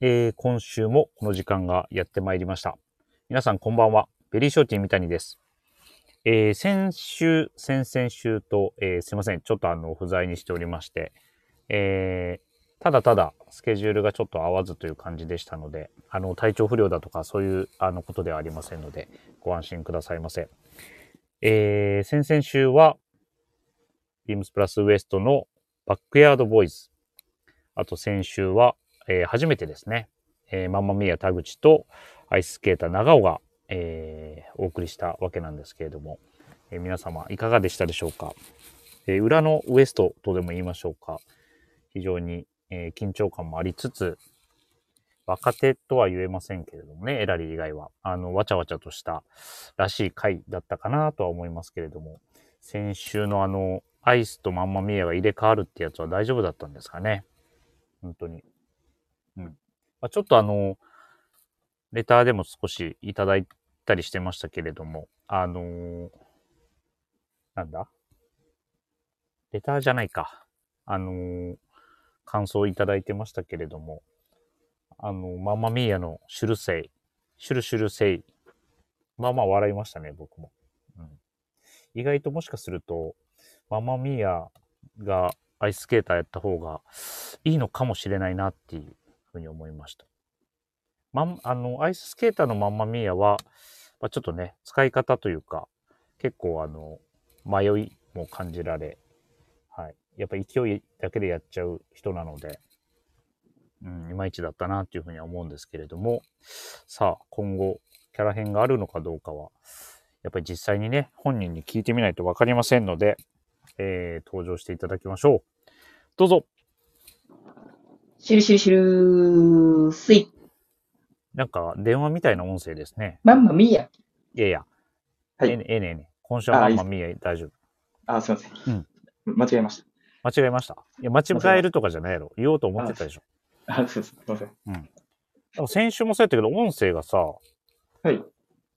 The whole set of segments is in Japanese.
えー今週もこの時間がやってまいりました。皆さんこんばんは。ベリーショーティー三谷です。えー先週、先々週と、えーすいません。ちょっとあの、不在にしておりまして、えーただただスケジュールがちょっと合わずという感じでしたので、あの、体調不良だとかそういうあのことではありませんので、ご安心くださいませ。えー先々週は、ビームスプラスウエストのバックヤードボーイズ。あと先週は、えー初めてですね、えーマンマミア田口とアイススケーター長尾が、えーお送りしたわけなんですけれども、えー皆様いかがでしたでしょうか、えー裏のウエストとでも言いましょうか。非常に、えー緊張感もありつつ、若手とは言えませんけれどもね、エラリー以外は、あの、わちゃわちゃとしたらしい回だったかなとは思いますけれども、先週のあの、アイスとマンマミエが入れ替わるってやつは大丈夫だったんですかね。本当に。うん。まあ、ちょっとあの、レターでも少しいただいたりしてましたけれども、あのーなんだレターじゃないか。あのー感想いただいてましたけれども、あのマンマミーヤのシュルセイ、シュルシュルセイ。まあまあ笑いましたね、僕も。うん、意外ともしかすると、ママミーヤがアイススケーターやった方がいいのかもしれないなっていうふうに思いました。まん、あの、アイススケーターのマンマミーヤは、まあ、ちょっとね、使い方というか、結構あの、迷いも感じられ、はい。やっぱ勢いだけでやっちゃう人なので、うん、いまいちだったなというふうには思うんですけれども、さあ、今後、キャラ編があるのかどうかは、やっぱり実際にね、本人に聞いてみないとわかりませんので、えー登場していただきましょう。どうぞシュルシュルシュルスイ。なんか、電話みたいな音声ですね。マンマミーヤ。いやいや。はいええねええねええね。今週はマあいいンっマすミー大丈夫。あ、すいません。うん間違えまし間違えました。いや、間違えるとかじゃないやろ。言おうと思ってたでしょ。た。あ、そうです。すいません。でも先週もそうやったけど、音声がさ、はい。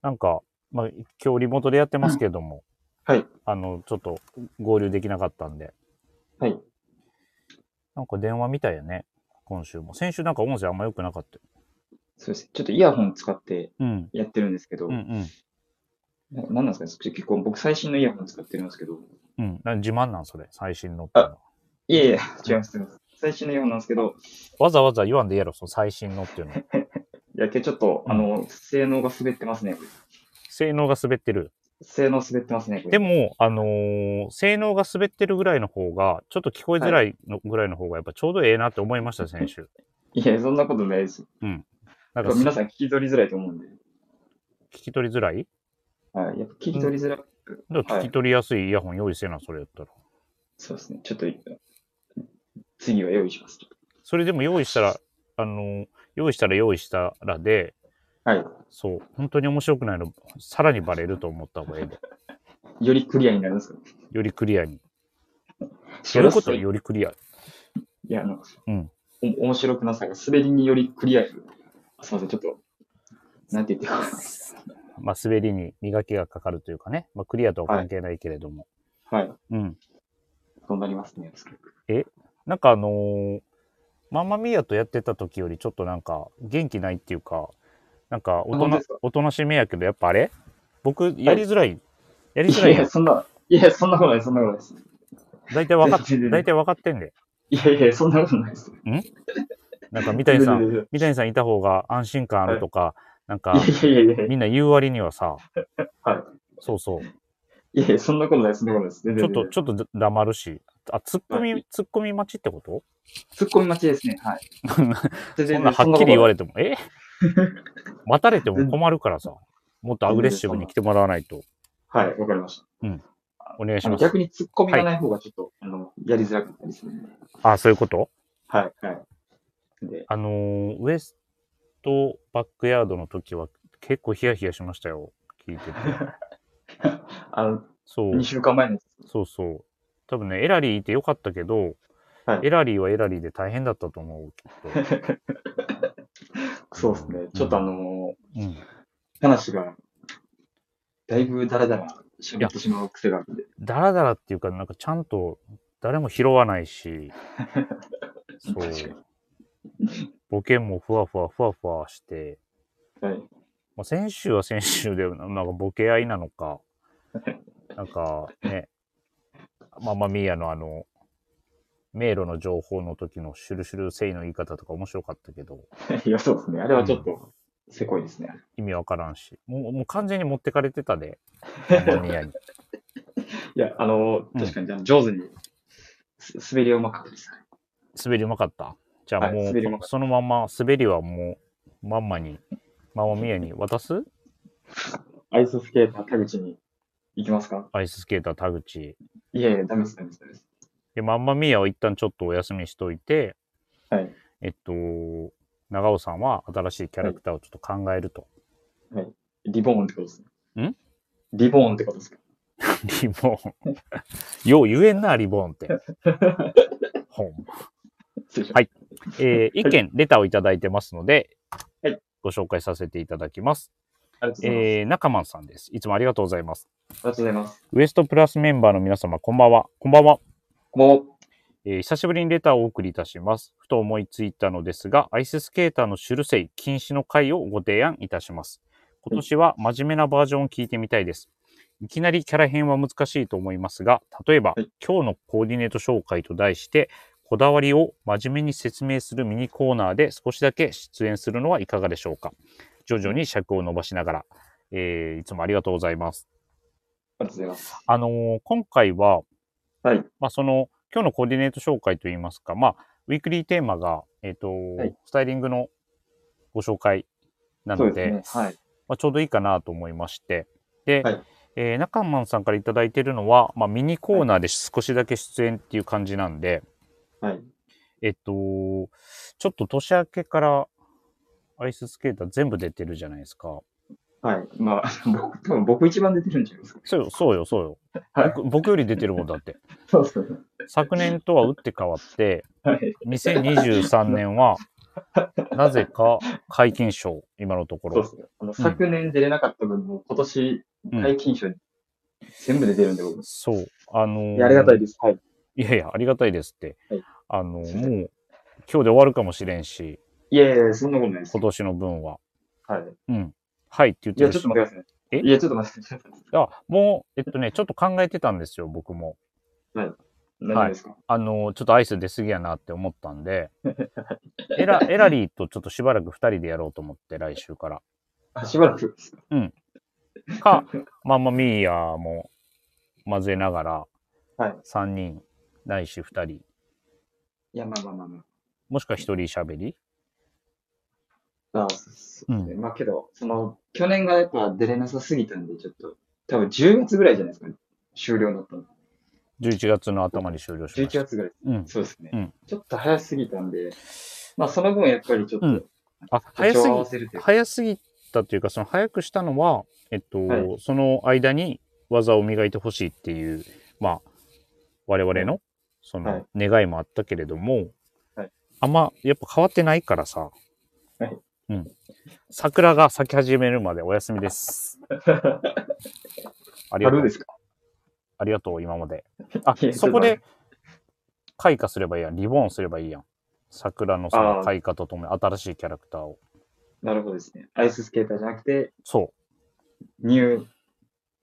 なんか、まあ、今日リモートでやってますけれども、はい。あの、ちょっと合流できなかったんで、はい。なんか電話みたいやね。今週も。先週なんか音声あんま良くなかったよ。そうです。ちょっとイヤホン使ってうん。やってるんですけど、うんうん。ななんなんですかね結構僕最新のイヤホン使ってるんですけど、うん。な自慢なんそれ。最新のっていうのは。いえいえ、違います。すいません最新のイヤホンなんですけど、わざわざ言わんでいいやろ、その最新の っていうの。いや、今日ちょっと、うんあの、性能が滑ってますね。これ性能が滑ってる。性能滑ってますね。これで、も、あのー性能が滑ってるぐらいの方が、ちょっと聞こえづらいのぐらいの方が、やっぱちょうどええなって思いました、先週。いや、そんなことないです。なんか、皆聞さん聞き取りづらいと思うんで、き取りづらいはい。やっぱ聞き取りづらい。でも聞き取りやすいイヤホン用意せな、それやったら。そうですね。ちょっと、次は用意します。それでも用意したら、あのー用意したら用意したらで、はい。そう、本当に面白くないの、さらにバレると思った方がええで。よりクリアになるんですかよりクリアに。そやることいよりクリア。や、あの、うんお面白くなさが滑りによりクリアする。すみません、ちょっと、なんて言っていいか。まあ、滑りに磨きがかかるというかね、まあ、クリアとは関係ないけれども。はい。うん。そうなりますね。なんかあのーマンマミーヤとやってた時よりちょっとなんか元気ないっていうか、なんかおと本当なですかおとなしめやけど、やっぱあれ僕やりづらい。やりづらいいや、よ。そんな、いや、そんなことないです、そんなことないです。大体わかっ、全然大体わかってんで。いやいや、そんなことないです。なんか三谷さん、全然三谷さんいた方が安心感あるとか、なんかいやいやいやいやみんな言う割にはさ、はいそうそう。いやいや、そんなことないです、そんなことないです。全ちょ然っと、ちょっと黙るし。あ、ツッコミ、はツッコミ待ちってこと突っ込み待ちですね。 はい。全そ然んなはっきり言われれても、え待たれても困る からさ、もっとアグレッシブに来てもらわないと。はい、わかりました。お願いしあのます。逆に突っ込みがない方がちょっと、あの、やりづらくなったりするんで。あ、そういうことはい、はい。で、あのーウエストバックヤードの時は結構ヒヤヒヤしましたよ。聞い てて。あの、そう2、週間前のやつ。そうそう。多分ね、エラリーいてよかったけど、はいエラリーはエラリーで大変だったと思う。きっそうですね。ちょっとあのとうん、話が、だいぶダラダラ喋ってしまう癖があるんで。だらだらっていうか、なんかちゃん と誰も拾わないし、そう確か。ボケもふわふわふわふわして、はい。まあ、先週は先週で、ななんかボケ合いなのか、 なんかね、まあまあミーヤのあの、迷路の情報の時のシュルシュルセイの言い方とか面白かったけど、 いや、そうですね。あれはちょっと、せこいですね。意味わからんし、もうもう完全に持ってかれてたで、ミーヤ に。いや、あの、うん確かに、あの上手に、す滑りはうまかったですね。滑りうまかった。じゃあもはう、い滑りうまかっそのまま、滑りはもう、まんまに、まんまミーヤに渡すアイススケーター、田口に行きますかアイススケーター田口。いやいや、ダメです、ダメです、ダメです。で、まんまミーヤを一旦ちょっとお休みしといて、はい。えっと、長尾さんは新しいキャラクターをちょっと考えると。リボーンってことですね。んリボーンってことですかリボン。よう言えんな、リボンって。 ほんま。失礼しましたはいえー意見、レターをいただいてますので、はいご紹介させていただきます。ありがとうございます。えー、中間さんです。いつもありがとうございます。ありがとうございます。ウエストプラスメンバーの皆様、こんばんは。こんばんは。もう、えー久しぶりにレターをお送りいたします。ふと思いついたのですが、アイススケーターのシュルセイ禁止の回をご提案いたします。今年は真面目なバージョンを聞いてみたいです。いきなりキャラ編は難しいと思いますが、例えば、はい今日のコーディネート紹介と題して、こだわりを真面目に説明するミニコーナーで少しだけ出演するのはいかがでしょうか。徐々に尺を伸ばしながら、えーいつもありがとうございます。ありがとうございます。あのー今回は、はい。まあ、その、今日のコーディネート紹介といいますか、まあ、ウィークリーテーマが、えっ、と、はいスタイリングのご紹介なそうのでで、すね。はい。まあ、ちょうどいいかなと思いまして、で、はいえー中間さんからいただいているのは、まあ、ミニコーナーで少しだけ出演っていう感じなんで、はい。えっ、と、ちょっと年明けから、アイススケーター全部出てるじゃないですか。はい。まあ、 僕、多分僕一番出てるんじゃないですか。そうよ、そうよ、そうよ。はい僕僕より出てるもんだって。そうですね。昨年とは打って変わって、はい。 2023年 は、なぜか解禁賞、今のとこそうでろ。すね。あの、昨年出れなかった分も、今年、解禁賞に全部出てるんで、僕。そう。あのーいやありがたいです。はい。いやいや、ありがたいですって。はいあのすーいまもう、せ今日で終わるかもしれんし、いやいやいや、そんなことないです。今年の分は。はい。うん。はいって言っいてや、るちょっしと。待ってくださえい。いや、ちょっと待ってください。あ、もう、えっとね、ちょっと考えてたんですよ、僕も。何ですかあのーちょっとアイス出過ぎやなって思ったん で、エラ、エラリーとちょっとしばらく2人でやろうと思って、来週から。あしばらくですか。か、マンマミーヤも混ぜながら、はい3人、ないし2人、いや、まあまあまあまもしくは1人喋りあ。あそうですねまあけど、その、去年がやっぱ出れなさすぎたんで、ちょっと、多分10月ぐらいじゃないですかね。終了になったの。 11月の頭に終了しま11した。月ぐらい。うん、そうですね。うんちょっと早すぎたんで、まあその分やっぱりちょっと、うんあ早早すすぎぎ早すぎたというか、その早くしたのは、えっと、はいその間に技を磨いてほしいっていう、まあ、我々のそはいの願いもあったけれども、はいあんまやっぱ変わってないからさ、はいうん、桜が咲き始めるまでお休みです。あ りがと春うで。すかありがとう、今ま で。あいや、そこちょっで開花すればいいやん。リボーンすればいいやん。桜のそあのー開花とともに新しいキャラクターを。なるほどですね。アイススケーターじゃなくて、 そニュー、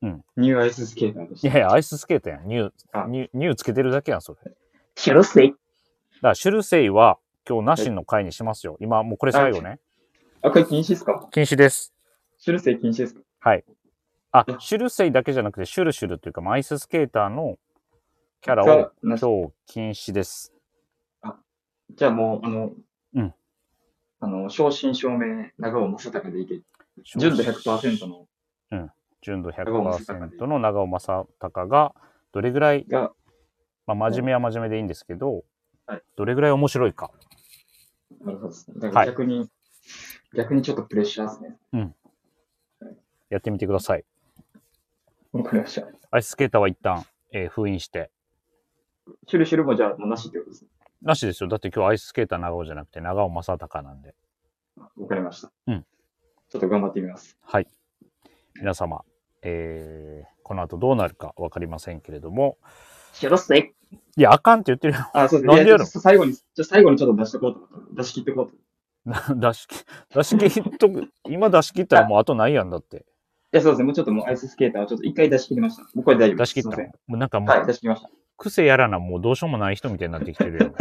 うんニューアイススケーターでしう。いた。やいや、アイススケートやん。ニュあー、ニュー、ニューつけてるだけやん、それ。だかシュルスイ。ら、シュルセイは今日なしの回にしますよ。今、もうこれ最後ね。あ、これ禁止ですか禁止です。シュルセイ禁止ですかあえ、シュルセイだけじゃなくて、シュルシュルというか、まあアイススケーターのキャラがを今なし日禁止です。じゃあもう、あの、うんあの、正真正銘、長尾正隆でいけ。純度100%の純度尾正隆100%の長尾正隆が、どれぐらいが、まあ、真面目は真面目でいいんですけど、はいどれぐらい面白いか。なるほどですね。だから逆に、逆にちょっとプレッシャーですね。やってみてください。わかりました。アイススケーターは一旦、えー封印して。シュルシュルもじゃあもうなしってことですね。なしですよ。だって今日アイススケーター長尾じゃなくて長尾正隆なんで。わかりました。うん。ちょっと頑張ってみます。はい。皆様、えー、この後どうなるかわかりませんけれども。シュルスイ。いや、あかんって言ってるよ。 あ、そうですなんでやろいちょっと最後に、ちょっと最後にちょっと出しとこうと思った。出し切ってこうと。な出し切、出し切っとく、今出し切ったらもうあとないやんだって。や、そうですね。もうちょっともうアイススケーターをちょっと一回出し切りました。もうこれ大丈出夫でしす。切った。すいもうなんかもません。はう、い、出し切りました。癖やらな、もうどうしようもない人みたいになってきてるやん。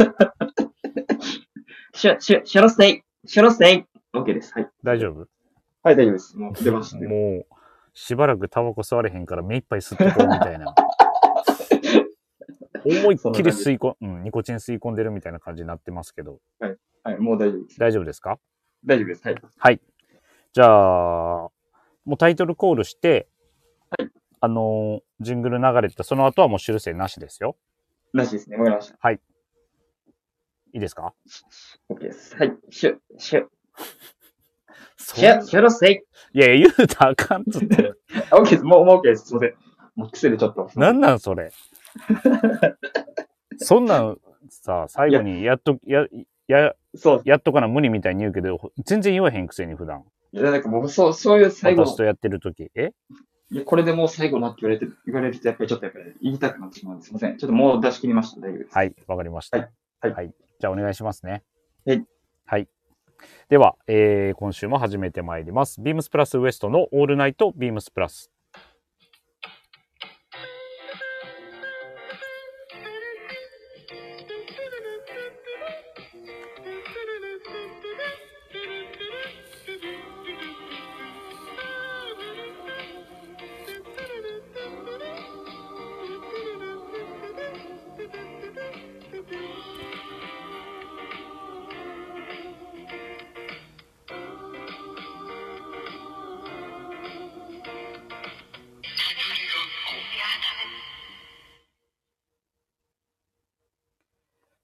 シュ、シュ、シュロステイ、シュロステイ。 OK です。はい。大丈夫はい、大丈夫です。もう出ましたね。もう、しばらくタバコ吸われへんから目いっぱい吸ってこうみた いな。思いっきり吸い込、うん、ニコチン吸い込んでるみたいな感じになってますけど、はい、もう大丈夫です。大丈夫ですか大丈夫です。はい。はい。じゃあ、もうタイトルコールして、はいあのー、ジングル流れてた、その後はもう修正なしですよ。なしですね。わかりました。いいですか OK です。はい。シュ、シュ、そシュ、シュロステイ。いやいや、言うたらあかんっ つってる。あ OK です。もう、もう OK です。すいません。もう癖でちょっと。なんなんそ れ。そんなんさ、最後にやっと、や、や、そう。やっとかな無理みたいに言うけど、ほ全然言わへんくせに普段。いや、なんかもう、そう、そういう最後私とやってる時。えいや、これでもう最後なって言われて、言われると、やっぱりちょっとやっぱり言いたくなってしまうんです。すいません。ちょっともう出し切りました。大丈夫です。はい、わかりました。はいはいじゃあお願いしますね。はい。はい。では、えー今週も始めてまいります。ビームスプラスウエストのオールナイトビームスプラス。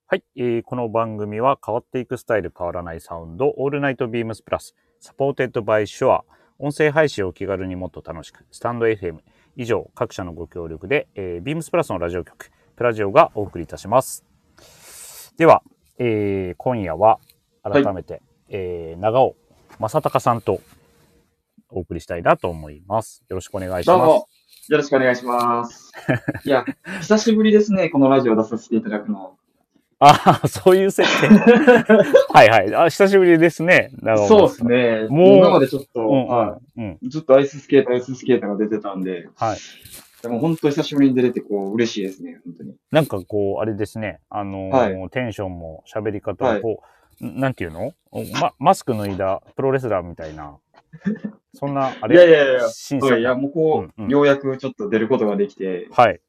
はい、えーこの番組は変わっていくスタイル変わらないサウンド、オールナイトビームスプラス、サポーテッドバイシュア、音声配信を気軽にもっと楽しく、スタンド FM、以上各社のご協力で、えービームスプラスのラジオ局、プラジオがお送りいたします。では、えー今夜は改めて、えー長尾正隆さんとお送りしたいなと思います。よろしくお願いしどうます。も。よろしくお願いします。いや、久しぶりですね。このラジオ出させていただくの。ああ、そういう設 定。はいはい。あ、久しぶりですね。長尾そうですね。もう今までちょっと、うんはうん。い。ずっとアイススケーター、アイススケーターが出てたんで、はい。でも本当久しぶりに出れて、こう、嬉しいですね。本当に。なんかこう、あれですね。あのーはテンションも喋り方はもいこう、んなんていうの、ま、マスク脱いだプロレスラーみたいな。そんな、あれいやいやいや新そう鮮いや、もうこう、うんうんようやくちょっと出ることができて、はい。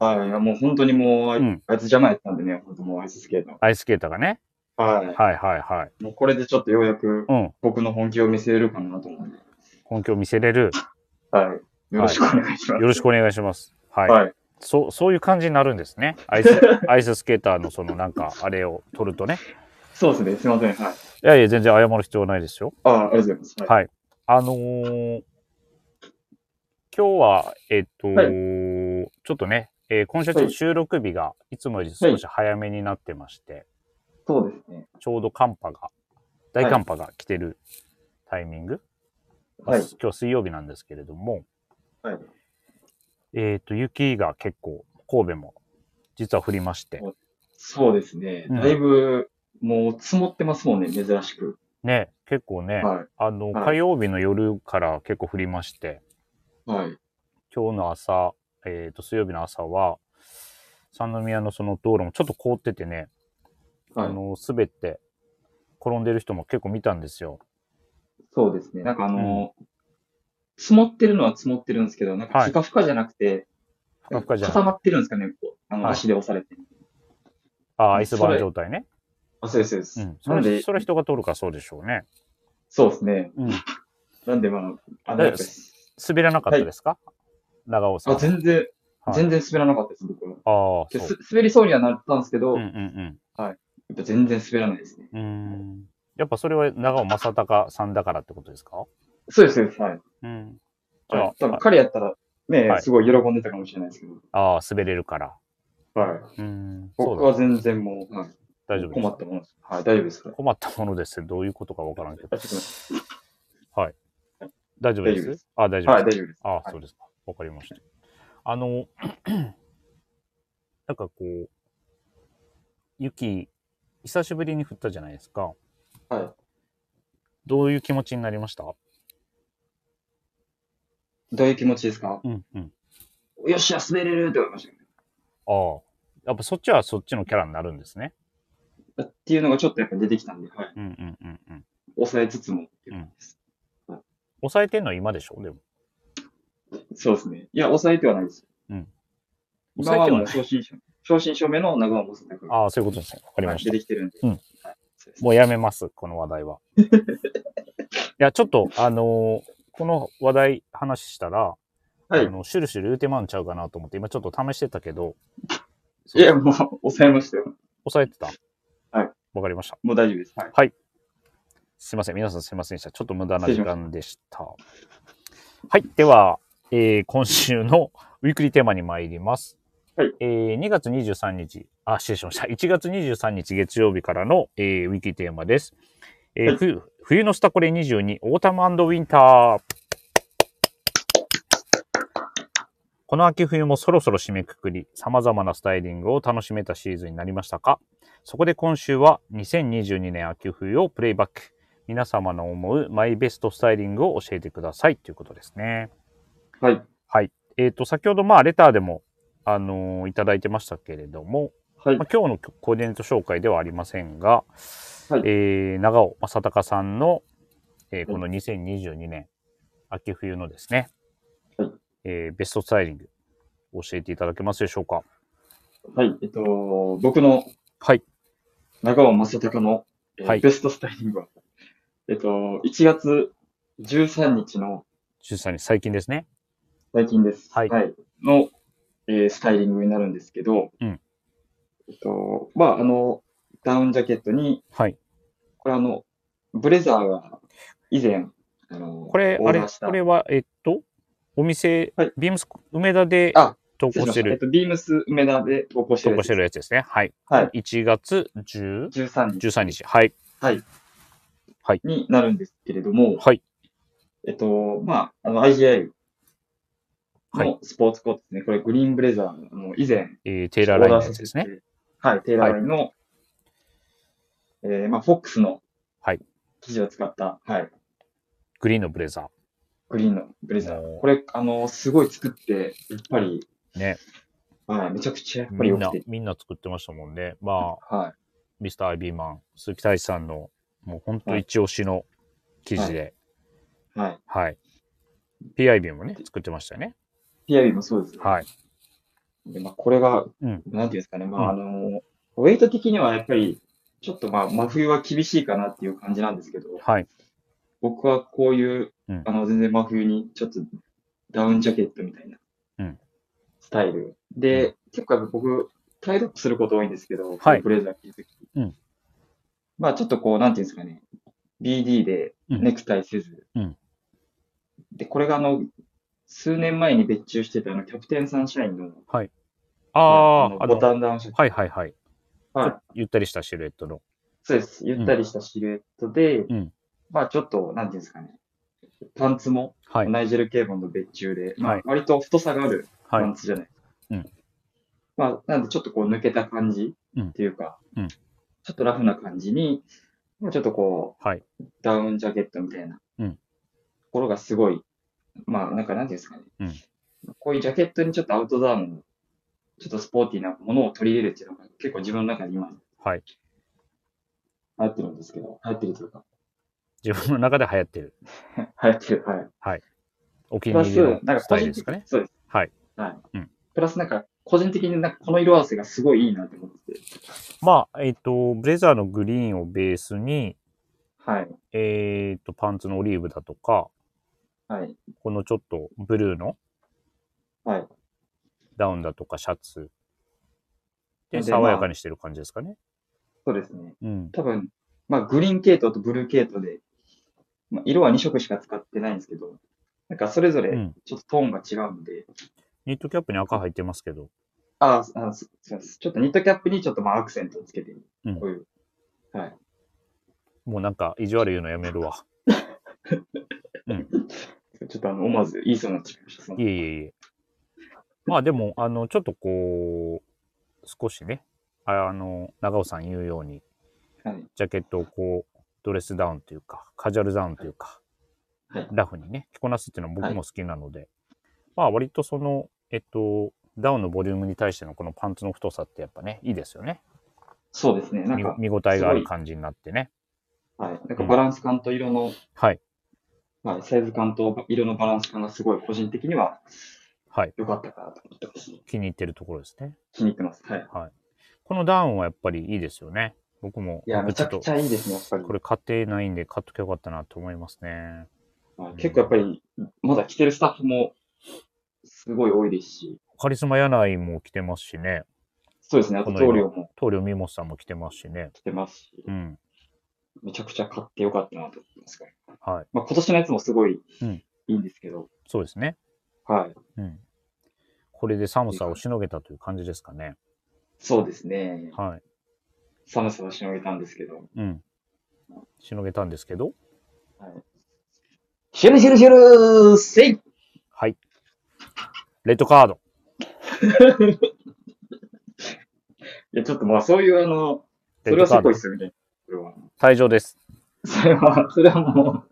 はい。いやもう本当にもう、あいうんあいつ邪魔やったんでね、本当もうアイススケーター。アイスケーターがね。ははいはいはい。い。もうこれでちょっとようやくうん。僕の本気を見せれるかなと思うんで。本気を見せれる。はい。よろしくお願いしまよす。ろしくお願いします。はい。はい。そう、そういう感じになるんですね。アイス、アイススケーターのそのなんか、あれを取るとね。そうですね。すいません。はい。いやいや、全然謝る必要ないですよ。ああ、ありがとうございます。はいはい。あのー今日は、えっと、はいちょっとね、えー今週はちょっと収録日がいつもより少し早めになってまして、そうですね。ちょうど寒波が、大寒波が来てるタイミング、はいまあ。今日水曜日なんですけれども、はいえっと、雪が結構、神戸も実は降りまして、そうですね。うんだいぶ、もう積もってますもんね、珍しく。ね、結構ね、はあの、はい火曜日の夜から結構降りまして、い。はい。今日の朝、えっ、と、水曜日の朝は、三宮のその道路もちょっと凍っててね、はあい。の、滑って転んでる人も結構見たんですよ。そうですね。なんかあの、積もってるのは積もってるんですけど、なんかはいふかふかじゃなくて、ふかふかじゃなくて固まってるんですかね、こう。あの、はい足で押されて。ああ、アイスバそーンれ状態ね。あ、そうです、そうでうす。ん。そなんれ、で、それ人が通るからそうでしょうね。そうですね。うん。なんで、まあ、だあの、よやっぱり滑らなかったですか、長尾さん。あ、全然、はい全然滑らなかったです、僕は。ああ、そでう。す滑りそうにはなったんですけど、うんやうんっぱ全然滑らないですね。うん。うん。やっぱそれは長尾正隆さんだからってことですかそうです、そうです。はい。うん。じゃはいあ、多分彼やったら、ね、はいすごい喜んでたかもしれないですけど。ああ、滑れるから。はい。うん。そう僕だは全然もう、はい、大丈夫です困ったものです。はい、大丈夫です。はい困ったものです。どういうことかわからんけど。あちょっと待大丈夫で大丈夫ですあ、大っ丈て夫はでい、す大。丈夫です。あはいそうですか。わかりました。あの、 なんかこう、雪、久しぶりに降ったじゃないですか。はどういう気持ちになりましたどういう気持ちですかうんうん。よっしゃ、滑れるって思いましたけどああ。やっぱそっちはそっちのキャラになるんですね。だっていうのがちょっとやっぱ出てきたんで、はい。うんうんうんうん。抑えつつもっていう感じです、抑えてんのは今でしょでも。そうですね。いや、抑えてはないです。うん。今は抑もえうて正真正正真正銘の長尾もさんがああ、そういうことですね。わかりまし出た。てきてるんで。うんはいそうですもうやめます、この話題 は。いや、ちょっと、あのーこの話題話したら、はいあのシュルシュル言うてまうんちゃうかなと思って、今ちょっと試してたけど、いや、もう抑えましたよ。抑えてたはい。わかりました。もう大丈夫です。はい。すいません。皆さんすいませんでした。ちょっと無駄な時間でした。はい。では、えー今週の ウィークリーテーマに参ります。はいえー2月23日、あ、失礼しました。1月23日月曜日からの、えーウィキテーマです。えーはい冬冬のスタコレ22、オータムウィンター。この秋冬もそろそろ締めくくり、様々なスタイリングを楽しめたシーズンになりましたかそこで今週は2022年秋冬をプレイバック。皆様の思うマイベストスタイリングを教えてくださいということですね。はい。はい。えっ、と、先ほど、まあ、レターでも、あのーいただいてましたけれども、はいまあ、今日のコーディネート紹介ではありませんが、はいえー長尾正隆さんの、えーこの2022年、秋冬のですね、はいえーベストスタイリング、教えていただけますでしょうか。はい。えっと、僕のはい。長尾正隆の、えーはいベストスタイリングは、えっと、1月13日の出産に最近ですね。最近です。はいの、えースタイリングになるんですけど、うんえっと、まあ、あの、ダウンジャケットに、はい。これあの、ブレザーが以前、あの、これ、オあーれ、ダーしたこれは、えっと、お店、はいビームス梅田であ投失礼稿してしましたえっる、と、ビームス梅田で投稿して投る稿してやつです。るやつですね。はい。はい。 1月10 13日13日。はい。になるんですけれども、はい。えっと、まあ、あの、IGI はいのスポーツコートですね。これ、グリーンブレザーの以前、えー、テイラーラインのやつですオね。ーダーさせて。はい、テイラーラインの、えー、まあ、フォックスの、はい生地を使った、はい、グリーンのブレザグリーンのブレザおーー。これ、あの、すごい作って、やっぱり、ね。はい、めちゃくちゃやー。っぱりみん良くなて、。みんな作ってましたもんね。まあ、はミスター・アイビーマン、鈴木大地さんの、もう本当はい一押しの記事で、い、はい。はい。PIB もね、作ってましたよね。 PIB もそうです。はい。で、まあ、これが、うんなんていうんですかね、まあ、あの、ウェイト的にはやっぱり、ちょっとまあ、真冬は厳しいかなっていう感じなんですけど、はい。僕はこういううん、あの、全然真冬に、ちょっとダウンジャケットみたいなうん、スタイル。で、結構やっぱ僕、タイドアップすること多いんですけど、はいブレザー着るとき。うんまあ、ちょっとこう、なんていうんですかね、BD でうんネクタイせず、うんで、これがあの、数年前に別注してたあの、キャプテンサンシャインの、ああ、あのボの、タンダウンシャツ。はいはいはい。ちょっはいとゆったりしたシルエットの。そうです。ゆったりしたシルエットで、うんまあちょっと、なんていうんですかね。パンツも、はい。ナイジェル・ケーボンの別注で、まはあい、割と太さがあるはパいン。ツじゃないですか。うんまあ、なんでちょっとこう抜けた感じうんっていうか、うんちょっとラフな感じに、まあちょっとこう、はいダウンジャケットみたいなうんところがすごい、まあなんかなんていうんですかね、うんこういうジャケットにちょっとアウトドアの、ちょっとスポーティーなものを取り入れるっていうのが結構自分の中で今はい。流行ってるんですけど、流行ってるというか、自分の中で流行ってる。流行ってる、はい。お気にプラ入スりの、なんかス個タイルで人的すにかね。そうです。はい。はい。うんプラスなんか、個人的になんかこの色合わせがすごいいいなと思ってて。まあ、えっ、と、ブレザーのグリーンをベースに、はい。えっ、と、パンツのオリーブだとか、はい。このちょっとブルーのはい。ダウンだとかシャツでで爽やかにしてる感じですかね。そうですね。うん。多分、まあ、グリーン系統とブルー系統で、まあ、色は2色しか使ってないんですけど、なんかそれぞうれんちょっとトーンが違うんで、ニットキャップに赤入ってますけど、あーあ、そそうです。ちょっとニットキャップにちょっとまあアクセントをつけて、うんこういう。はい。もうなんか意地悪言うのやめるわ。ちょっとあの、思わず言いそうになっちゃいました。そのいえいえいえ。まあでも、あの、ちょっとこう、少しね、ああの、長尾さん言うように、はい。ジャケットをこう、ドレスダウンというか、カジュアルダウンというか、はいラフにね、着こなすっていうのは僕も好きなので、まあ割とその、えっと、ダウンのボリュームに対してのこのパンツの太さってやっぱね、いいですよね。そうですね。なん見か、見応えがある感じになってね。はい。なんかバランス感と色の、はい。はい、サイズ感と色のバランス感がすごい個人的にははい。良かったかなと思ってます。気に入ってるところですね。気に入ってます。はい。このダウンはやっぱりいいですよね。僕も。いや、めちゃちょっくちとゃいいですね、やっぱり。これ買ってないんで買っときゃよかったなと思いますね。はい結構やっぱり、まだ着てるスタッフもすごい多いですし、カリスマ柳井も着てますしね。そうですね、あと棟梁も棟梁美もさんも着てますしね。着てますし、うん。めちゃくちゃ買ってよかったなと思ってますから。はい。まあ、今年のやつもすごいうんいいんですけど、そうですね。はい。うん。これで寒さをしのげたという感じですかね。そうですね。は寒さはしのげたんですけど。い。うん。しのげたんですけど。はい、シュルシュルシュルせいはい。レッドカード。いや、ちょっとまあそういうあの、そレッれドはカードすごいっ。すよね。それは。退場です。 それは、それはも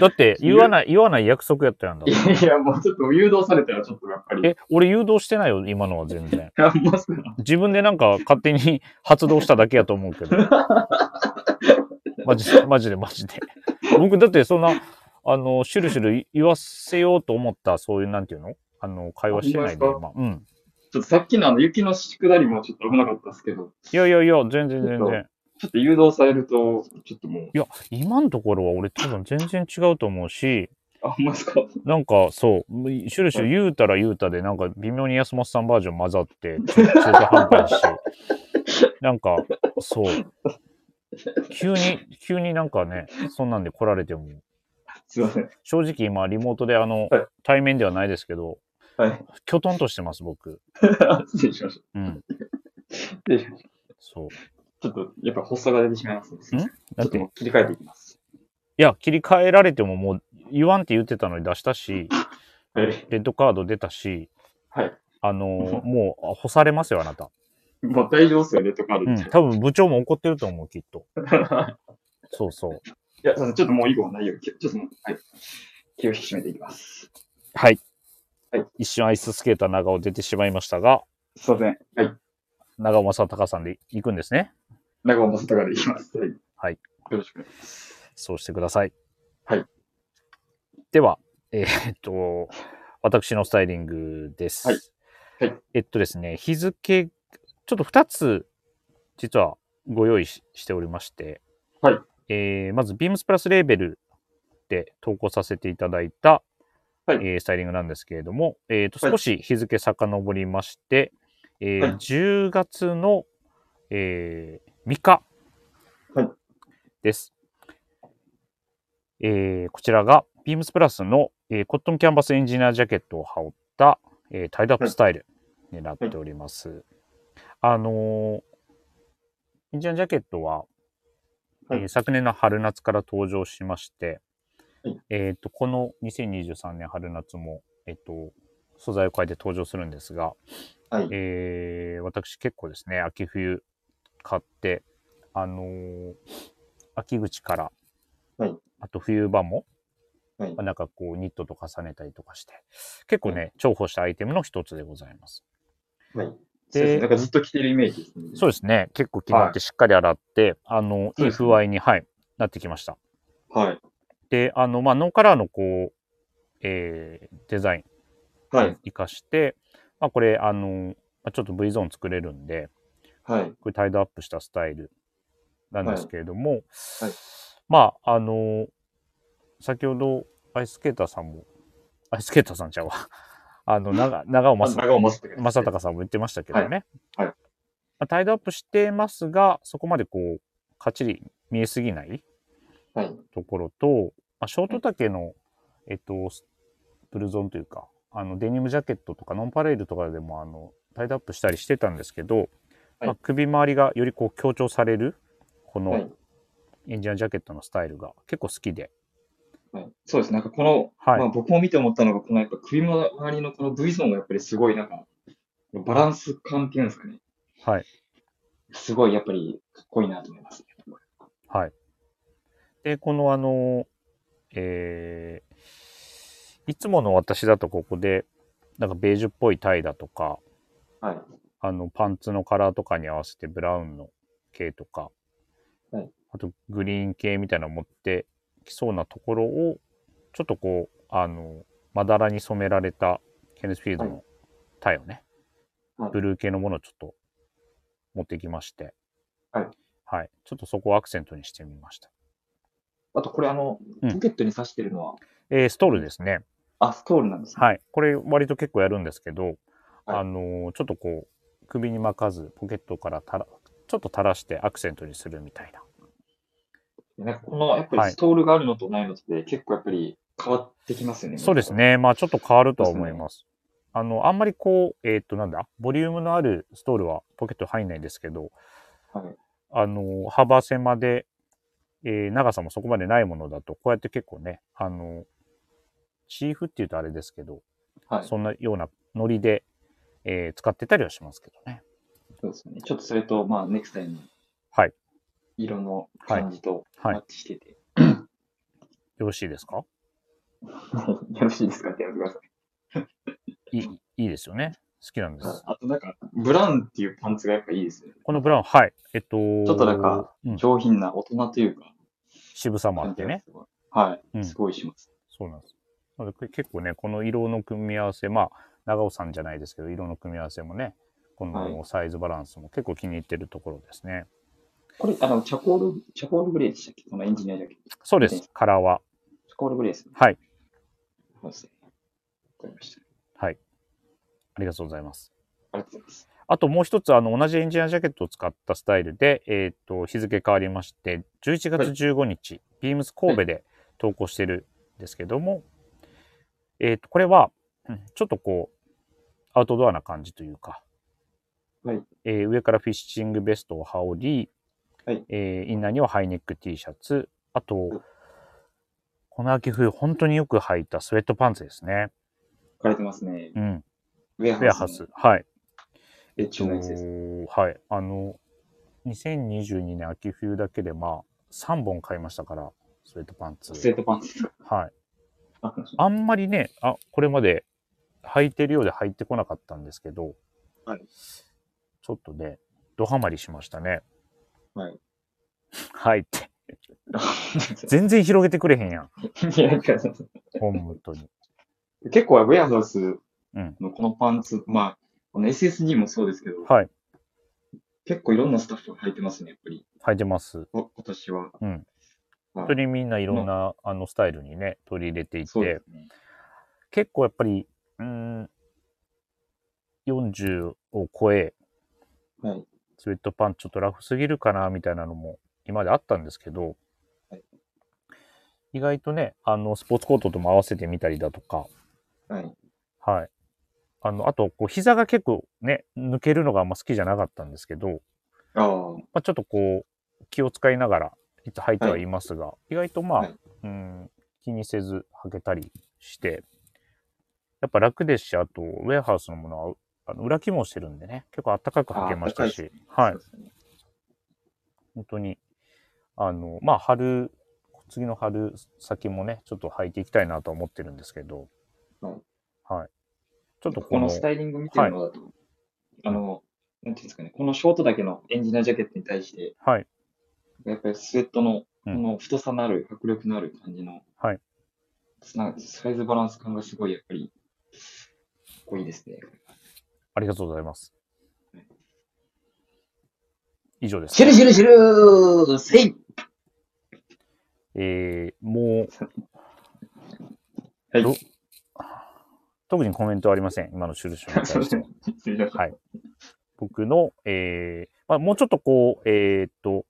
だって、言わない、言わない約束やったやんだ う、い。やいや、もうちょっと誘導されたらちょっとやっぱり。え、俺誘導してないよ、今のは全然。いや、もうすぐ自分でなんか勝手に 発動しただけやと思うけ ど。マジで、マジで、マジで。僕、だってそんな、あの、シュルシュル言わせようと思った、そういう、なんていうのあの、会話してないで、あほ今。うん。ちょっとさっきのあの雪の下りもちょっと危なかったですけど、いやいやいや、全然全ちょっ然。ちょっと誘導されると、ちょっともう、いや、今のところは俺多分全然違うと思う し、あ、ほんまですか。なんかそう、シュルシュル言うたら言うたで、なんか微妙に安本さんバージョン混ざって、ちょっと中途半端やし、 なんか、そう。急に、急になんかね、そんなんで来られても、すいません。正直今リモートであの、はい対面ではないですけど、はい。きょとんとしてます、僕。 失礼しましうん。た。失礼しました。そう。ちょっと、やっぱ発作が出てしまいますね。すいませんちだっょっとて、もいう切り替えていきます。や、切り替えられてももう言わんって言ってたのに出したし、はい。レッドカード出たし、はい。あの ーもうあ干されますよ、あなた。まあ大丈夫ですよ、レッドカードうん。です多分部長も怒ってると思う、きっと。 そうそう。いや、すいませんちょっともう以降はないように、ちょちょっともう、はい。気を引き締めていきます。はい。はい一瞬アイススケーター長尾出てしまいましたが、すいません。はい。長尾正隆さんで行くんですね。長尾正隆でいきます。はい。はい。よろしく。そうしてください。はい。では、えーっと、私のスタイリングです。はいはいえっとですね、日付、ちょっと2つ、実はご用意ししておりまして、はい。えーまず、ビームスプラスレーベルで投稿させていただいた、はいえースタイリングなんですけれども、えーっと、はい少し日付遡りまして、えーはい10月の、えー3日はいです。えーこちらが、ビームスプラスの、えーコットンキャンバスエンジニアジャケットを羽織った、えータイドアップスタイルになっております。あのーエンジニアジャケットは、はいえー昨年の春夏から登場しまして、はいえっ、と、この2023年春夏も、えっ、と、素材を変えて登場するんですが、はい。えー私結構ですね、秋冬買って、あのー秋口から、はいあと冬場も、はいなんかこうニットと重ねたりとかして、結構ね、重宝したアイテムの一つでございます。はい。そうですねなんかずっと着てるイメージですね。そうですね、結構気に入ってしっかり洗って、あの、そういいですね風合いに、はい、なってきました。はい。で、あの、まあ、ノンカラーのこう、えーデザインはい。生かして、まあ、これ、あの、まあちょっと V ゾーン作れるんで、はい。これタイドアップしたスタイルなんですけれども、はいまああの先ほどアイススケーターさんもアイススケーターさんちゃうわ あの長長尾ま正ず長尾正隆。正隆さんも言ってましたけどね、はいはいまあ、タイドアップしてますがそこまでこうかっちり見えすぎないはい。ところと、まあ、ショート丈の、えっとスブルゾンというかあのデニムジャケットとかノンパレールとかでもあのタイドアップしたりしてたんですけど、はいまあ、首周りがよりこう強調されるこはのい。エンジニアジャケットのスタイルが結構好きで、はい。そうです。なんかこの、はいまあ僕も見て思ったのが、このやっぱ首周りのこの V ゾーンがやっぱりすごいなんか、バランス感っていうんですかね。はいすごいやっぱりかっこいいなと思いますね。はいで、このあの、えーいつもの私だとここで、なんかベージュっぽいタイだとか、はい。あの、パンツのカラーとかに合わせてブラウンの系とか、はいあとグリーン系みたいなの持ってきそうなところを、ちょっとこう、あの、まだらに染められたケネスフィールドはのタイをね、はいブルー系のものをちょっと持ってきまして、はい。はい。ちょっとそこをアクセントにしてみました。あと、これ、あの、うんポケットに挿してるのは、えーストールですね。あ、ストールなんですね。はい。これ割と結構やるんですけど、はいあのーちょっとこう、首に巻かず、ポケットからたら、ちょっと垂らしてアクセントにするみたいな。なんかこの、やっぱはりいストールがあるのとないのって、結構やっぱり変わってきますよね。そうです。ね。まあちょっと変わるとは思います。あの、あんまりこう、えっ、と、なんだ、ボリュームのあるストールはポケット入んないんですけど、はいあの、幅狭で、えー長さもそこまでないものだと、こうやって結構ね、あの、チーフっていうとあれですけど、はい。そそんなようなノリで、えー使ってたりはしますけどね。うですね。ちょっとそれと、まあ、ネクタイのはい色の感じとマはいッチして て、よろしいですかよろしいですかってやってください。いい、いいですよね。好きなんです。あと、なんか、ブラウンっていうパンツがやっぱいいですね。このブラウン、はい。えっと、ちょっとなんか、うん、上品な大人というか、渋さもあって感ね。じがすごい。はうい。んすごいします。そうなんです。なので結構ね、この色の組み合わせ、まあ、長尾さんじゃないですけど、色の組み合わせもね、こはいのサイズバランスも結構気に入ってるところですね。これ、あの、チャコール、チャコールグレーでしたっけこのエンジニアジャケット。チそうですいいで。カラーは。ャコールグレーですね。はい。そうですね。わかりました。はい。ありがとうございます。ありがとうございます。あともう一つ、あの、同じエンジニアジャケットを使ったスタイルで、えっ、と、日付変わりまして、11月15日、ビームス神戸で投稿してるんですけども、えっ、と、これは、うんちょっとこう、アウトドアな感じというか、はいえー上からフィッシングベストを羽織り、はいえーインナーにはハイネック T シャツ、あとはい、この秋冬、本当によく履いたスウェットパンツですね。書かれてますね。うん。ウェウェアハウス。。はい。エッジのやつですはい。あの、2022年秋冬だけで、まあ、3本買いましたから、スウェットパンツ。スウェットパンツ。はい。ああんまりね、あ、これまで履いてるようで履いてこなかったんですけど、はいちょっとね、ドハマりしましたね。はい。はいって。 全然広げてくれへんやん。いやなんか本当に。結構ウェアハウスうんのこのパンツ、まあ、この SSD もそうですけど、はい。結構いろんなスタッフが履いてますね、やっぱり。履いてます。こ今年は。うん。本はい当にみんないろんな、あの、スタイルにね、取り入れていて。そうですね。結構やっぱり、うーん、40を超え、はい。スウェットパンツちょっとラフすぎるかな、みたいなのも今まであったんですけど、はい意外とね、あの、スポーツコートとも合わせてみたりだとか、はい。はい。あの、あと、こう、膝が結構ね、抜けるのがあんま好きじゃなかったんですけど、ああ。まあ、ちょっとこう、気を使いながら、いつ履いてはいますが、意外とまあ、はいうーん、気にせず履けたりして、やっぱ楽ですし、あと、ウェアハウスのものは、あの裏起毛してるんでね、結構暖かく履けましたし、はいそう、ですね。本当に、あの、まあ、春、次の春先もね、ちょっと履いていきたいなとは思ってるんですけど、はいはい。ちょっとここの、のスタイリング見てるのだと、あの、なんていうんですかね、このショートだけのエンジニアジャケットに対して、はい、やっぱりスウェットの、こうんの太さのある、迫力のある感じの、はいつな。サイズバランス感がすごい、やっぱり、かっこいいですね。ありがとうございます。以上ですシ。ュルシュルシュルスイえー、もう、はい。ど特にコメントはありません。今のシュルシュルに 対しては。失礼しましたはい僕の、えーまあ、もうちょっとこう、えーっと、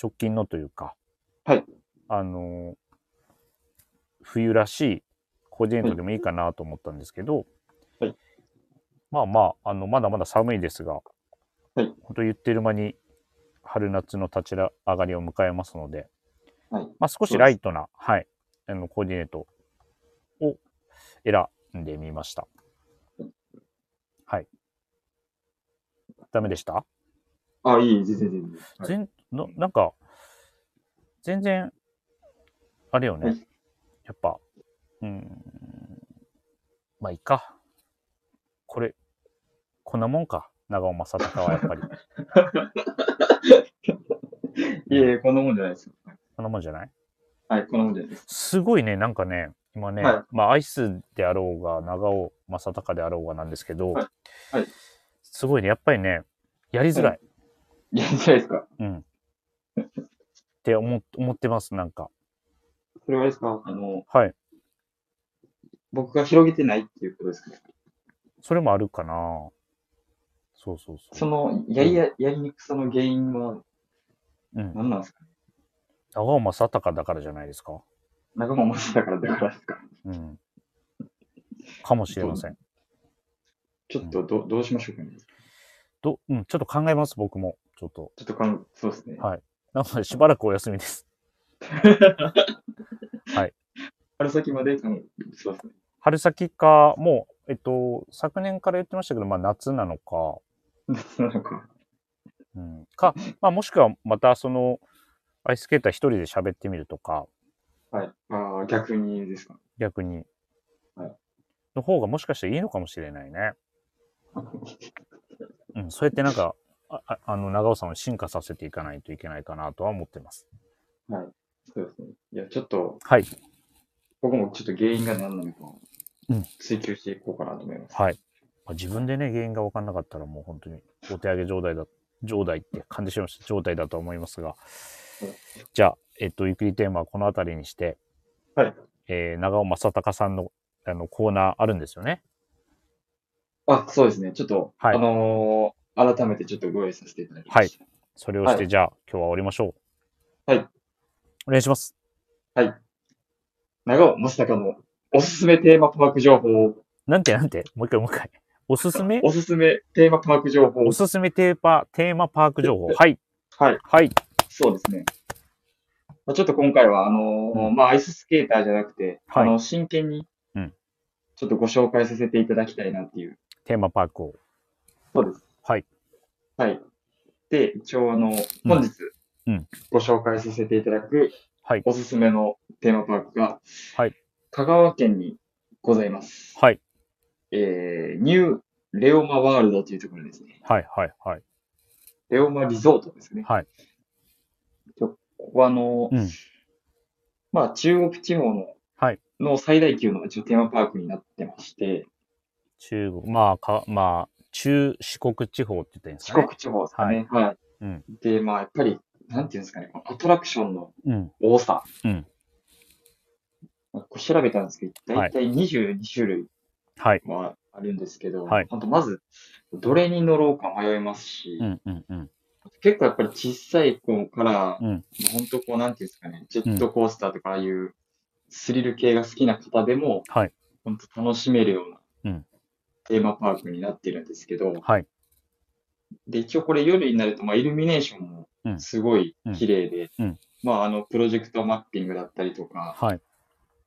直近のというか、はい。あのー冬らしいコーディネートでもいいかなと思ったんですけど、はいまあまあ、あの、まだまだ寒いですが、はい本当言ってる間に春夏の立ち上がりを迎えますので、はいまあ少しライトな、はい、あの、コーディネートを選んでみました。はい。ダメでしたあ、いい、全然全然。はい全ななんか、全然、あれよはねい。やっぱ、うん。まあ、いいか。これ、こんなもんか。長尾正隆はやっ ぱり。いえいえ、こんなもんじゃないですよ。こんなもんじゃないはい、こんなもんじゃないです。すごいね、なんかね、今ね、はいまあ、アイスであろうが、長尾正隆であろうがなんですけど、はいはいすごいね、やっぱりね、やりづらい。いや、じゃないですか。うん。って思思ってます、なんか。それはあれですかあの、はい。僕が広げてないっていうことですかそれもあるかな。そうそうそう。その、やりや、やりにくさの原因はうん。何なんですか長尾正隆だからじゃないですか。仲間持ちだからだからですかうん。かもしれません。ちょっとど、どうしましょうかね。ど、うん、ちょっと考えます、僕も。ちょっと。ちょっとかん、そうですね。はいなので、しばらくお休みです。春先まで、うん、そうですね。春先か、もう、えっと、昨年から言ってましたけど、まあ夏なのか、夏なのか。うん、か、まあもしくはまたその、アイススケーター一人で喋ってみるとか、はい。ああ、逆にですか。逆にはい。の方がもしかしていいのかもしれないね。うん、そうやってなんか、あああの、長尾さんを進化させていかないといけないかなとは思ってます。はい。そうですね。いや、ちょっと、はい。僕もちょっと原因が何なのかをうん追求していこうかなと思います。はい。まあ自分でね、原因が分かんなかったらもう本当にお手上げ状態だ、状態って噛んでしまいました状態だと思いますがうん、じゃあ、えっと、ゆっくりテーマはこの辺りにして、はい。えー長尾正隆さんのあのコーナーあるんですよね。あ、そうですね。ちょっと、はいあのー改めてちょっとご用意させていただきました。それをして、はいじゃあ今日は終わりましょう。はい。お願いします。長尾、まさかのおすすめテーマパーク情報、なんてなんて、もう一回もう一回。おすすめおすすめテーマパーク情報お。すすめテーパテーマパーク情報。はい。はい、はい。そうですね。まあ、ちょっと今回は、あのーうんまあ、アイススケーターじゃなくて、はいあの、真剣にうん、ちょっとご紹介させていただきたいなっていう。テーマパークを。そうです。はい。はい。で、一応、あの、本日、うんご紹介させていただく、はいおすすめのテーマパークが、はい香川県にございます。はい。えー、ニューレオマワールドというところですね。はい。はい。はい。レオマリゾートですね。はい。ここは、あの、うんまあ、中国地方の、はいの最大級の一応テーマパークになってまして、中国、まあ、か、まあ、中四国地方って言ったらいいんです四かね国。地方ですかね。はい。うんで、まあ、やっぱり、なんていうんですかね、このアトラクションのうん。多さ。うんまあこれ調べたんですけど、はだいいたい22種類はい。はあるんですけど、はいほんとまず、どれに乗ろうか迷いますし、うんうんうん。結構やっぱり小さい子から、うん本当こう、なんていうんですかね、ジェットコースターとかああいうスリル系が好きな方でも、はい本当楽しめるよううんなテーマパークになってるんですけど、はい。で、一応これ夜になると、まあ、イルミネーションもうんすごい綺麗で、うんうんまあ、あの、プロジェクトマッピングだったりとか、はい。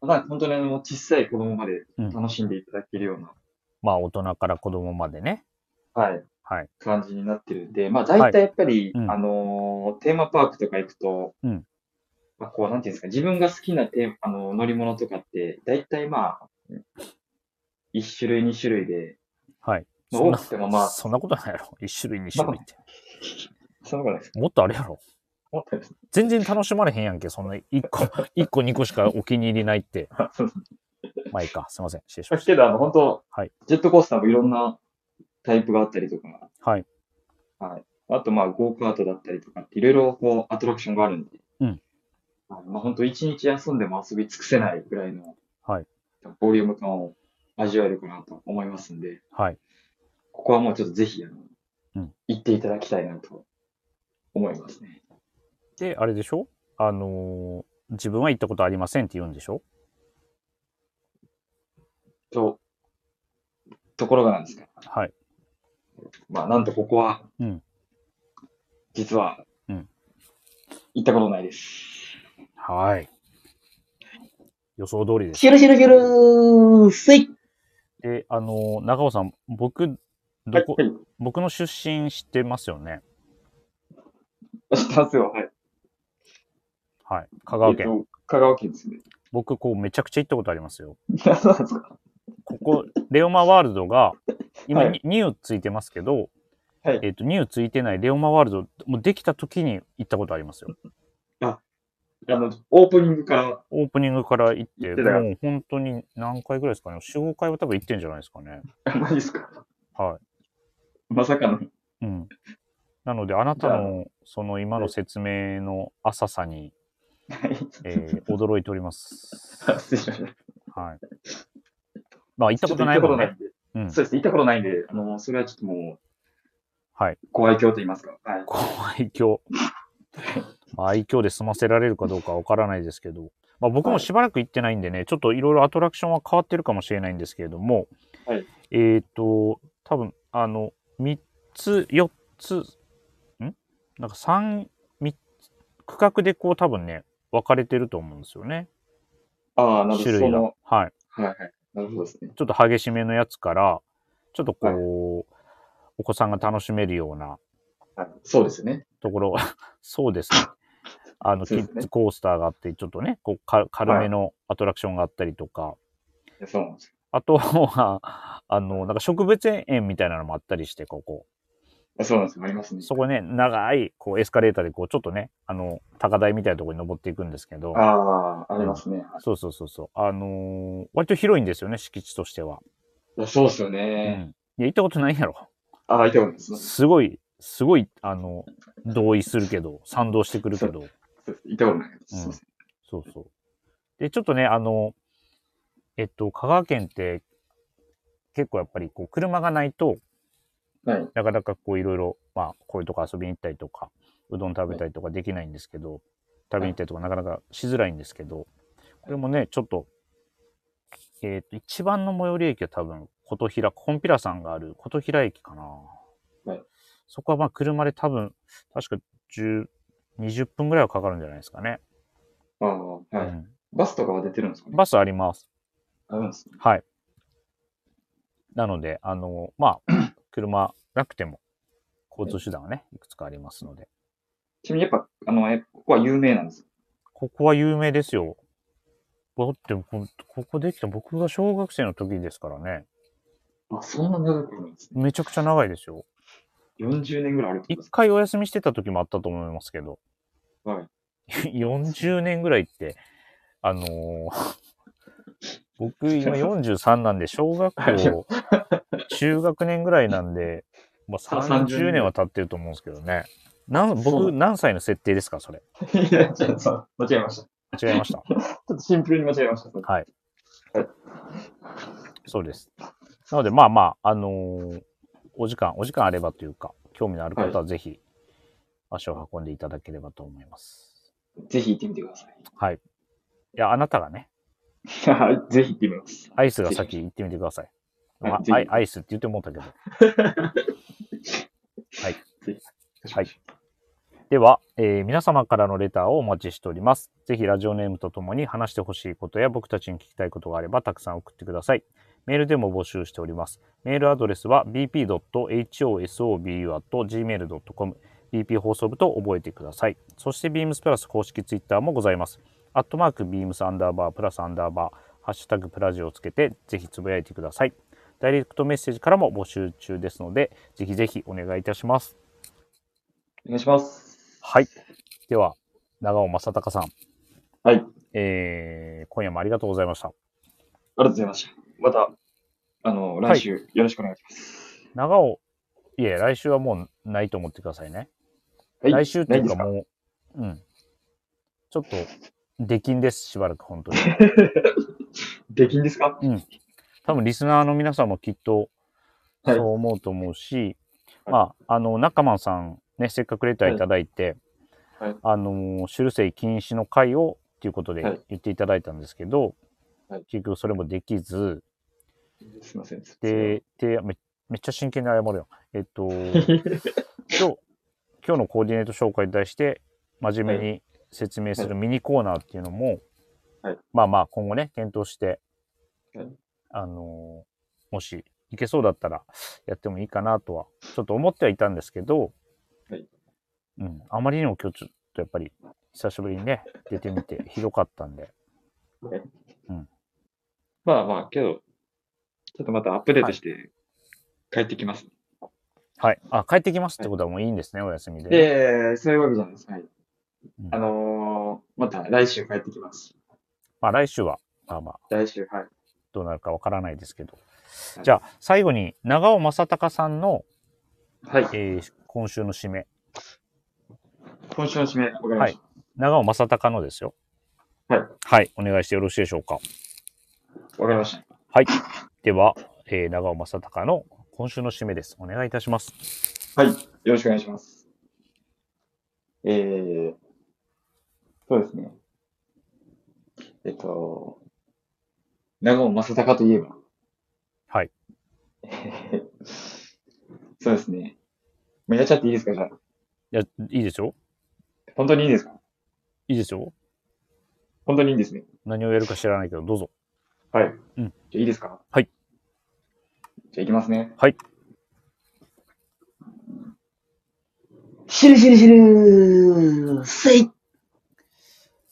まあ、本当にあの、小さい子供までうん楽しんでいただけるような、まあ、大人から子供までね。はい、はい。感じになってるんで、まあ、大体やっぱり、はいうんあのーテーマパークとか行くと、うんまあ、こう、なんていうんですか、自分が好きなテーマ、あの、乗り物とかって、大体まあ、1種類、2種類で、はい。まそあ、ん多なくてもまあ、そんなことないやろ。一種類、二種類って。そんなこと ないです。もっとあれやろ。思ったんです。全然楽しまれへんやんけ。そんな一 個、一個二個しかお気に入りないって。そうまあいいか。すいません。失礼しだましけど、あの、本当、はいジェットコースターもいろんなタイプがあったりとか、た。はい。あと、まあ、ゴーカートだったりとかって、いろいろ、こう、アトラクションがあるんで、うんあのまあ、本当、一日休んでも遊び尽くせないぐらいの、はいボリューム感を味わえるかなと思いますんで、はい。ここはもうちょっとぜひ、あの、うん行っていただきたいなと思いますね。で、あれでしょあのー自分は行ったことありませんって言うんでしょと、ところがなんですか、はい。まあ、なんとここは、うん実は、うん行ったことないです。はい。予想通りです。シュルシュルシュル、スイッ。で、あのー長尾さん、僕、どこ、はい、僕の出身知ってますよね。はい、知ってますよ。はい。はい。香川え県。っと香川県ですね。僕、こう、めちゃくちゃ行ったことありますよ。あそうなんですか。ここ、レオマワールド が、今、はにニューついてますけど、はいえっと、ニューついてないレオマワールド、もうできた時に行ったことありますよ。あの、オープニングから、オープニングから行って、行ってたよもう本当に何回ぐらいですかね。4、5回は多分行ってんじゃないですかね。あマジですか。はまさかの。い。うん。なので、あなたの、その今の説明の浅さに、はい。えー 驚いております。あ失礼しました。はい。まあ、行ったちょことっと行なっいたこもとんないねん。で。うん。そうですね、行ったことないんで、あの、それはちょっともう、はい。ご愛嬌と言いますか。はい。ご愛嬌。まあ愛嬌で済ませられるかどうかわからないですけど、まあ、僕もしばらく行ってないんでね、ちょっといろいろアトラクションは変わってるかもしれないんですけれども、はいえっ、と、多分あの、3つ、4つ、んなんか3、三つ区画でこう多分ね、分かれてると思うんですよね。ああ、なるほ種ど。そ類のが。、はい。はいはい。なるほどですね。ちょっと激しめのやつから、ちょっとこう、お子さんが楽しめるようなはい、そうですね。ところ、 そうですね。あの、キそうですねッズコースターがあって、ちょっとね、こうか軽めのアトラクションがあったりとか、いやそうなんですよあと は、あの、なんか植物園みたいなのもあったりして、ここ。いや。そうなんですよ。ありますね。そこね、長い、こう、エスカレーターで、こう、ちょっとね、あの、高台みたいなところに登っていくんですけど、ああ、ありますね。はいそうそうそうそう。あのー割と広いんですよね、敷地としては。いやそうですようん。ね。いや、行ったことないやろ。ああ、行ったことないです。そうすごい、すごい、あの、同意するけど、賛同してくるけど、です行ったことないです。うんすいませんそうそう。で、ちょっとね、あの、えっと、香川県って、結構やっぱりこう車がないとはい。なかなかこういろいろまあこういうとこ遊びに行ったりとかうどん食べたりとかできないんですけど食べに行ったりとかなかなかしづらいんですけどこれもねちょっとえっ、と一番の最寄り駅は多分琴平コンピラさんがある琴平駅かな、はいそこはまあ車で多分確か10 20分ぐらいはかかるんじゃないですかね、ああ、はうい。んバスとかは出てるんですかねバスありますあるんですね。はい。なので、あの、ま あ、車なくても、交通手段はね、いくつかありますので。ちなみにやっぱ、あの、えここは有名なんですよ。ここは有名ですよ。だって、こここできた僕が小学生の時ですからね。あ、そんな長くあるんですね。めちゃくちゃ長いですよ。 40年ぐらいあるってことで一すか回お休みしてた時もあったと思いますけど、 はい。 40年ぐらいって、あのー 僕今43なんで、小学校、中学年ぐらいなんで、まあ、 30 30年は経ってると思うんですけどね。なんそう僕、何歳の設定ですか、それ。いや、違うそう間違えました。ち違いました。ょっとシンプルに間違えました。はいはい。そうです。なので、まあまあ、あのーお時間、お時間あればというか、興味のある方はぜひ、足を運んでいただければと思います。ぜひ行ってみてくださはい。いや、あなたがね、い。はいぜひ行ってみます。アイスが先行ってみてください。はいまぜひあ、アイアイスって言って思ったけど。はいでは、えー皆様からのレターをお待ちしております。ぜひラジオネームとともに話してほしいことや僕たちに聞きたいことがあればたくさん送ってください。メールでも募集しております。メールアドレスは bp.hosobu.gmail.com bp 放送部と覚えてください。そして beams プラス公式ツイッターもございます。アットマーク beams アンダーバープラスアンダーバーハッシュタグプラジオをつけてぜひつぶやいてください。ダイレクトメッセージからも募集中ですので、ぜひぜひお願いいたします。お願いします。はい。では、長尾正隆さん。はい。ありがえー今夜もありがとうございました。とうございました。また、あの、はい来週よろしくお願いします。長尾、いえ、来週はもうないと思ってくださいね。はい。来週っていうかないんもう、うん。ちょっと、出禁です、しばらく、本当に。できんですか多分、リスナーの皆さんもきっと、そはいう思うと思うし、はいまあ、あの、中間さん、ね、せっかくレターいただいて、はいはいあの、修正禁止の会を、ということはでい言っていただいたんですけど、はい結局それもできず、すいません。で、でめめっちゃ真剣に謝るよ。えっと、今日、今日のコーディネート紹介に対して、真面目に説明するミニコーナーっていうのも、はいまあまあ、今後ね、検討して、はいあのーもし、いけそうだったら、やってもいいかなとは、ちょっと思ってはいたんですけど、はいうん、あまりにも今日ちょっとやっぱり、久しぶりにね、出てみて、ひどかったんで。まあまあ、けど、ちょっとまたアップデートして帰ってきます。はい。あ、帰ってきますってことはもういいんですね、お休みで。ええそういうわけじゃないです。はい。うんあのー、また来週帰ってきます。まあ来週は、まあまあ、来週、はい。どうなるかわからないですけどは。いじゃあ、最後に、長尾正隆さんの、はい。えー今週の締め。今週の締め、わかりました。長尾正隆のですよ。はい。はい。お願いしてよろしいでしょうか。わかりました。はい。では、えー長尾正隆の今週の締めです。お願いいたします。はい。よろしくお願いします。えー、そうですね。えっと、長尾正隆といえば。はい。 そうですね。もうやっちゃっていいですかじゃあ。いや、いいですよ。本当にいいですかいいですよ。本当にいいんですね。何をやるか知らないけど、どうぞ。はい。うんじゃあいいですかはい。じゃあいきますね。シュルシュルシュルスイッ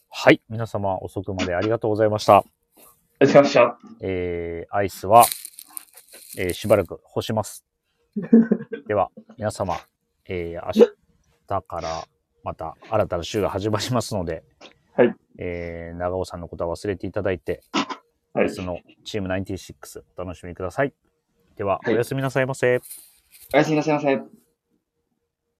はい。皆様、遅くまでありがとうございました。ありがとうございましえー、アイスは、えーしばらく干し ます。では、皆様、えー、明日からまた新たな週が始まりますので、はい。えー、長尾さんのことは忘れていただいて、た。はい。そのチーム96お楽しみください。では、はいおやすみなさいませ。おやすみなさいませ。